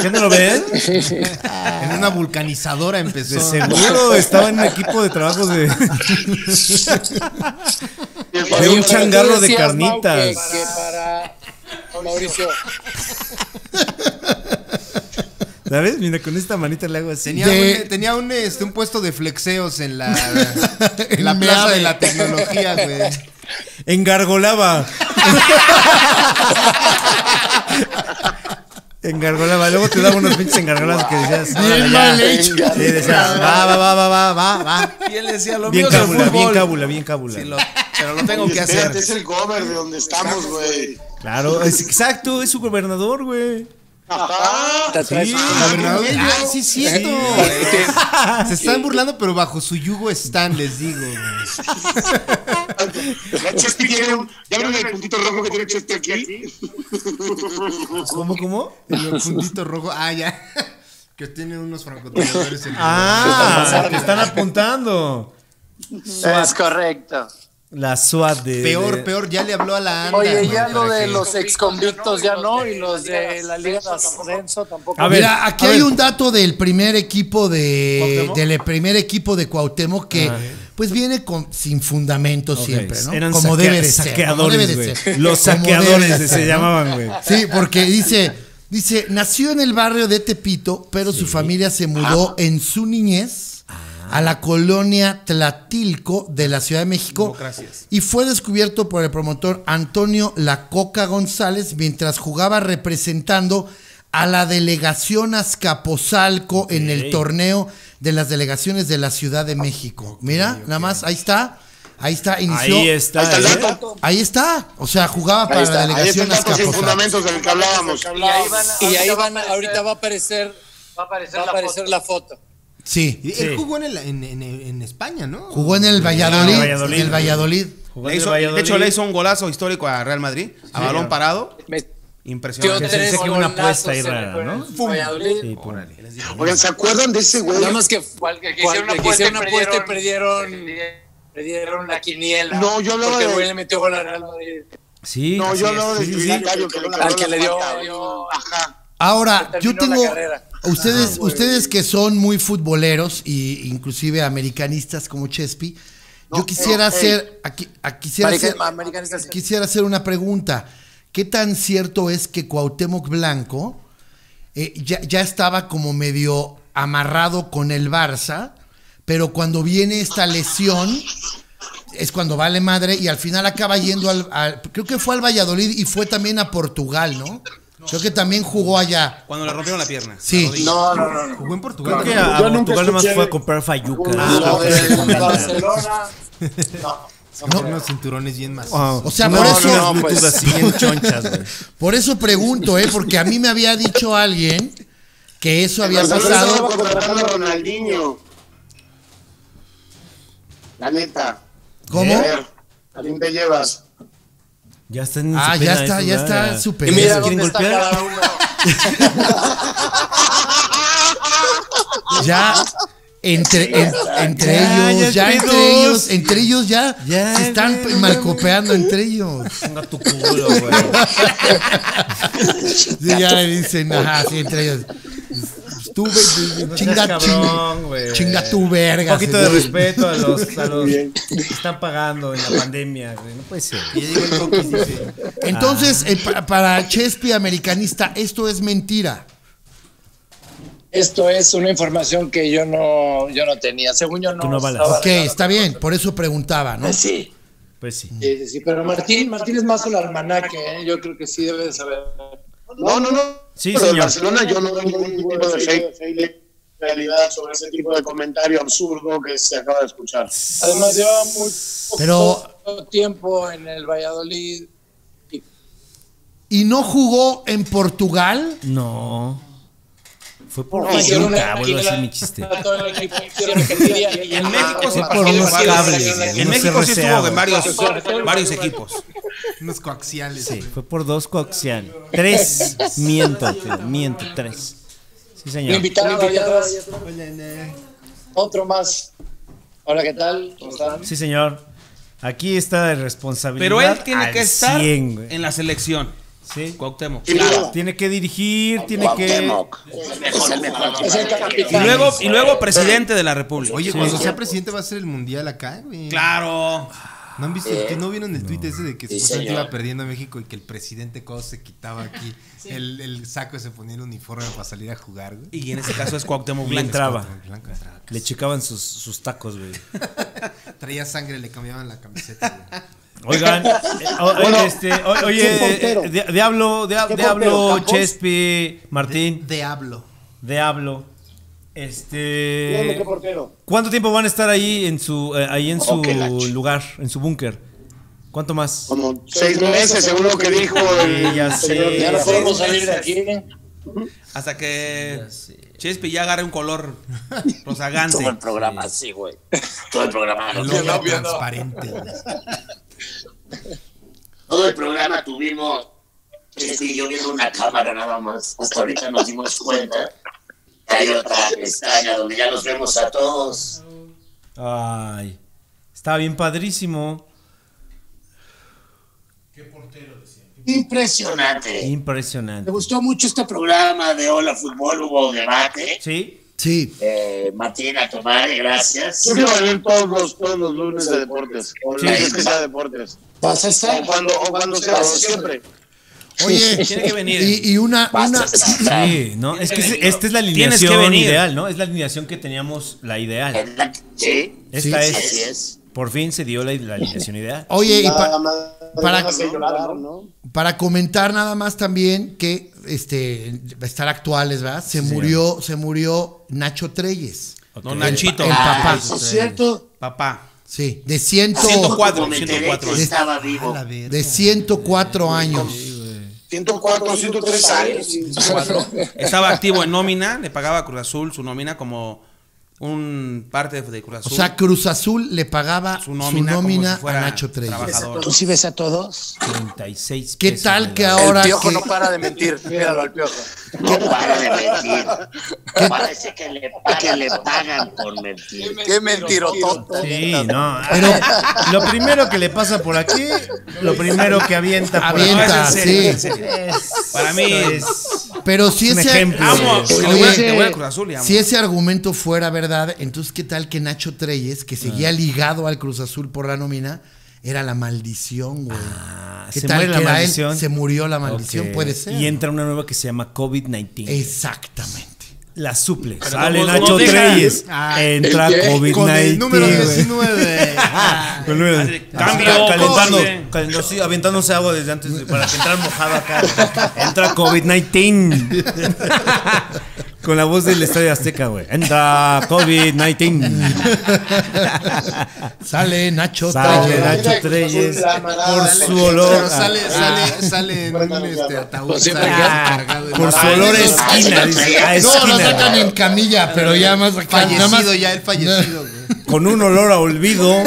¿Qué no lo ven?
En una vulcanizadora empezó.
De seguro estaba en un equipo de trabajo de,
el
de un
Fabián-
changarro de
Mau, que,
carnitas.
que para Mauricio.
¿Sabes? Mira, con esta manita le hago así.
Tenía,
De-
un, tenía un, este, un puesto de flexeos en la, en
En
la plaza
Meave.
de la tecnología, güey.
Engargolaba. engargolaba. Luego te daba unos pinches engargoladas que decías. "Órale,
Bien
ya".
mal hecho.
Sí, decías, va, va, va, va, va, va, va.
Y él decía, lo
Bien
mío es el
cábula, bien
fútbol.
cábula, bien cábula.
Sí, lo- pero lo tengo
Oye,
que
espérate,
hacer.
Es el cover de donde estamos, güey.
Claro, es- exacto, es su gobernador, güey.
Ajá.
Te atraes-
Sí,
Gobernador, ah, sí, es cierto. Se están burlando, pero bajo su yugo están, les digo. güey.
Ya Chespi tiene un- ¿Ya vieron el puntito rojo que tiene Chespi aquí?
¿Cómo, cómo?
El fundito rojo. Ah, ya. Que tiene unos francotiradores en el-
Ah, te están apuntando.
Es correcto.
La SWAT de.
Peor,
de-
peor, ya le habló a la ANDA.
Oye,
güey,
ya lo
para
de
que-
los exconvictos ya no, y los de la Liga de Ascenso tampoco.
A ver,
Mira, aquí
a
hay
ver.
un dato del primer equipo de
¿Cuauhtémoc?
del primer equipo de Cuauhtémoc que pues viene con sin fundamento
Ah. Ok,
siempre, ¿no?
Eran
como,
saquea-
debe de ser, como
saqueadores,
debe de
güey.
ser.
Los
Como debe
saqueadores
de
se
ser, ¿no?
llamaban, güey.
Sí, porque dice, dice, nació en el barrio de Tepito, pero su familia se
Ah.
mudó en su niñez a la colonia Tlatilco de la Ciudad de México
Democracias.
y fue descubierto por el promotor Antonio La Coca González mientras jugaba representando a la delegación Azcapotzalco en el torneo de las delegaciones de la Ciudad de México. Mira, nada más, ahí está, ahí está, inició.
Ahí está.
Ahí está el
¿eh?
dato.
Ahí está, o sea, jugaba para
está,
la
ahí está
delegación
el dato sin
Azcapotzalco.
fundamentos del que hablábamos.
Y ahí van, a-
Y ahí
ahorita
van,
va
ahorita va a
a aparecer-
aparecer,
va a aparecer,
va a aparecer la foto.
Sí.
Y Él jugó en, el- en- en- en España, ¿no?
Jugó en el Valladolid.
Ah, Valladolid.
En el Valladolid.
Jugó
Le
en el
hizo-
Valladolid.
de hecho, le hizo un golazo histórico a Real Madrid, a balón parado.
Que
Impresionante.
se dice que una apuesta ahí rara, ¿no?
Valladolid.
Sí, por ahí.
Oigan, ¿se acuerdan de ese güey?
Nada más que,
Cual- que
cual-
hicieron una
que hicieron una
apuesta
apuesta
y
y perdieron,
perdieron la quiniela.
No, yo hablaba
porque el güey
de.
le metió gol al Real Madrid.
Sí,
No,
así
yo
es,
hablaba de
sí, sí, sí.
Trinitario que le
Al que le dio.
dio. Ajá.
Ahora,
Se
yo
terminó
tengo.
la carrera.
Ah,
Ustedes, ustedes que son muy futboleros y inclusive americanistas como Chespi, yo quisiera
no,
hacer. Aquí, ah, quisiera,
Marica-
hacer
americanista, sí.
quisiera hacer una pregunta. ¿Qué tan cierto es que Cuauhtémoc Blanco eh, ya, ya estaba como medio amarrado con el Barça, pero cuando viene esta lesión es cuando vale madre y al final acaba yendo al, al- creo que fue al Valladolid y fue también a Portugal, ¿no? Creo que también jugó allá.
Cuando le rompieron la pierna.
Sí.
la rodilla.
No, no, no.
Jugó en Portugal.
Creo que a a Portugal nomás fue a comprar fayuca. Ah,
Lo del Barcelona.
Son unos cinturones bien más.
Ah.
O sea, por eso-
No, no, pues. así bien chonchas, güey.
Por eso pregunto, ¿eh? Porque a mí me había dicho alguien que eso había
Barcelona estaba
pasado.
contratando a Ronaldinho. La neta.
¿Cómo?
A ver, ¿a quién te llevas?
Ya están en su
Ah,
peda
ya está,
eso,
ya está
¿Y
súper.
mira,
eso.
¿quieren
¿Dónde está
golpear?
cada uno?
Ya entre, en- entre
Ya,
ellos,
ya
ya,
es
entre
pedos.
ellos, entre ellos ya,
Ya,
se están
güey, no
malcopeando entre ellos.
Chinga tu culo, güey.
Sí, ya le dicen, ajá, sí, entre ellos. Tú, ve- ve-
No seas
chinga,
cabrón, güey.
chinga, chinga tu
Un
verga.
poquito
sí,
de
güey.
respeto a los, a los que están pagando en la pandemia, güey. No puede ser.
Y ya llegó el Tokis, dice.
Ah.
Entonces, eh, pa- para Chespi americanista, esto es mentira.
Esto es una información que yo no, yo no tenía. Según yo no.
Tú no avalas.
estaba
Ok, está bien, por eso preguntaba, ¿no?
Sí.
Pues sí.
Sí, sí, sí, pero Martín, Martín es más un almanaque, ¿eh? yo creo que sí debe de saber.
No, no, no.
Sí,
Pero de
señor.
Barcelona yo no veo ningún tipo de fake. realidad sobre ese tipo de comentario absurdo que se acaba de escuchar.
Además, lleva muy poco
Pero-
tiempo en el Valladolid.
¿Y no jugó en Portugal?
No. Fue por
No, hicieron
Pachuca,
una-
vuelvo a decir mi chiste.
a todo el equipo, hicieron que quería.
En México se
por
pasó
unos
varios-
cables, güey,
En
unos
México sí estuvo
RCA,
en varios,
güey.
varios equipos.
Unos coaxiales.
Sí, fue por dos coaxial. Tres. Miento, tío, miento, tres. Sí,
Me
señor.
invitaron a Valladolid. Otro más. Hola, ¿qué tal? ¿Cómo están?
Sí, señor. Aquí está de responsabilidad.
Pero él tiene
al
que estar
100, güey.
en la selección.
Sí.
Cuauhtémoc.
Tiene que dirigir, tiene que.
Cuauhtémoc. Es el mejor.
Es el
Y
capitán.
luego, y luego presidente de la República.
Oye, cuando sea presidente va a ser el mundial acá, güey.
Claro.
¿No, han visto,
Eh,
que ¿No vieron el tuit ese de que
Sí,
supuestamente
señor.
iba perdiendo México y que el presidente cuando se quitaba aquí el, el saco y se ponía el uniforme para salir a jugar, güey?
Y en este caso es Cuauhtémoc
Y
Blanco.
entraba.
Blanco entraba.
Le checaban sus, sus tacos, güey.
Traía sangre, le cambiaban la camiseta. güey.
Oigan, eh, o- este, o-
¿quién
oye,
portero?
eh, Di- Diablo, Dia-
¿Qué portero,
Diablo,
Campos?
Chespi, Martín,
De hablo.
Diablo.
Dígame
Este.
qué portero.
¿Cuánto tiempo van a estar ahí en su, eh, ahí en su
Oh, qué lache.
lugar, en su búnker? ¿Cuánto más?
Como seis meses, según lo que dijo el
Sí, ya
señor.
sé.
Ya no podemos salir de aquí.
pues. Hasta que Chespi ya agarre un color rosagante.
Todo el programa así, güey. Todo el programa.
El
¿no?
logo transparente. güey.
Todo el programa tuvimos. Este, yo viendo una cámara nada más. Hasta ahorita nos dimos cuenta. que Hay otra pestaña donde ya nos vemos a todos.
Ay, estaba bien padrísimo.
Impresionante.
Impresionante.
Me gustó mucho este programa de Hola Fútbol, hubo debate.
¿Sí?
Sí.
Eh, Martina Tomare, gracias.
Yo quiero venir todos los, todos los lunes de deportes. O las veces que sea deportes.
¿Vas a
O
estar?
cuando, o cuando sea, siempre.
Oye,
Tiene que venir.
y, y una,
¿Vas a
una-
estar?
Sí, ¿no? Es que
que
es-
venir.
esta es la
Tienes que
alineación
venir.
ideal, ¿no? Es la alineación que teníamos, la ideal.
Eh, Sí.
Esta
Sí, Oh.
Así
es,
es.
por fin se dio la, la alineación ideal.
Oye, y pa- para-
Nada más que llorar, ¿no?
para comentar nada más también que este estar actuales, ¿verdad? Se
Sí,
murió, se murió Nacho Treyes.
Ok.
No, Nachito.
El
Ah,
papá.
eso es cierto.
Papá.
Sí, de ciento,
104,
Me enteré
104.
que estaba
A
vivo.
la verga.
de 104 años.
104, 103 años.
Estaba activo en nómina, le pagaba a Cruz Azul su nómina como un parte de Cruz
O
Azul.
sea, Cruz Azul le pagaba su nómina,
como
a
si fuera
Nacho Treyes.
trabajador.
sí ves a todos?
36
¿Qué
pesos
tal
de
que
la-
ahora que-
para de mentir. Míralo al piojo.
No para de mentir. Parece que le, que le pagan por mentir.
Qué mentirototo.
Sí, no. Pero lo primero que le pasa por aquí, lo primero que avienta por
avienta?
No, es en serio,
Sí.
es en serio.
acá es-
Para mí
es-
Pero si
Un
ese
ejemplo.
Amo,
Oye,
que le voy a- le voy a Cruz Azul y amo.
si ese argumento fuera verdad, entonces qué tal que Nacho Treyes, que
Ah.
seguía ligado al Cruz Azul por la nómina, era la maldición, güey. ¿Qué
Ah, se
tal que
muere la
era él?
maldición.
se murió la maldición,
Ok.
puede ser.
Y entra una nueva que se llama COVID-19.
Exactamente.
La suple. Sale
nos-
Nacho
nos dejan.
Treyes.
Ah,
entra COVID-19.
Con el número
güey.
19.
Ah, con el número-
Madre,
Ah,
cambio,
está calentando,
coche.
calentando, sí, aventándose agua desde antes de- para que entrar mojado acá. Entra COVID-19. Con la voz del Estadio Azteca, güey. Entra COVID-19.
Sale Nacho
Sale
Treyes.
Nacho Ah. Treyes por su olor.
Pero sale, sale, sale en un este, ataúd. sale cargado de-
Por su
Ah,
olor a
no,
esquina, dice, a
No, lo
esquina.
sacan en camilla, pero ya más acá, nada más-
Fallecido ya, el fallecido, güey.
Con un olor a olvido.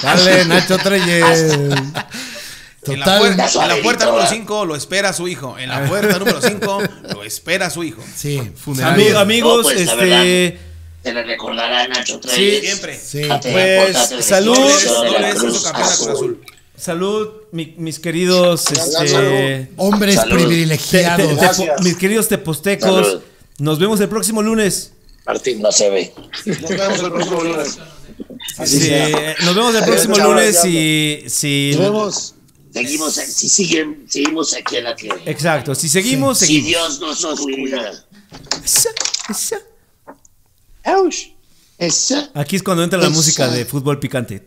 Sale Nacho Treyes.
En la, puerta,
Total.
en la puerta número 5 lo espera su hijo. En la puerta número 5 lo espera su hijo.
Sí,
Ami-
funerario.
amigos,
No, pues, la
este.
Se le recordará a Nacho
Sí,
Treyes.
Siempre.
Sí.
Ate-
Pues,
aportate de
salud.
Cruz de
No
la
le es
Cruz
campeón a Cruz Azul.
Salud, mi- mis queridos. Este,
Hombres
Salud.
te- te-
privilegiados.
tepo- mis queridos tepostecos.
Salud.
Nos vemos el próximo lunes.
Martín no se ve.
Nos vemos el próximo lunes.
Sí, nos vemos el próximo lunes y si
Seguimos, eh, si siguen, seguimos aquí en la tierra.
exacto, si seguimos,
Si
seguimos.
Dios no nos cuida.
Esa.
Aquí es cuando entra la música de fútbol picante.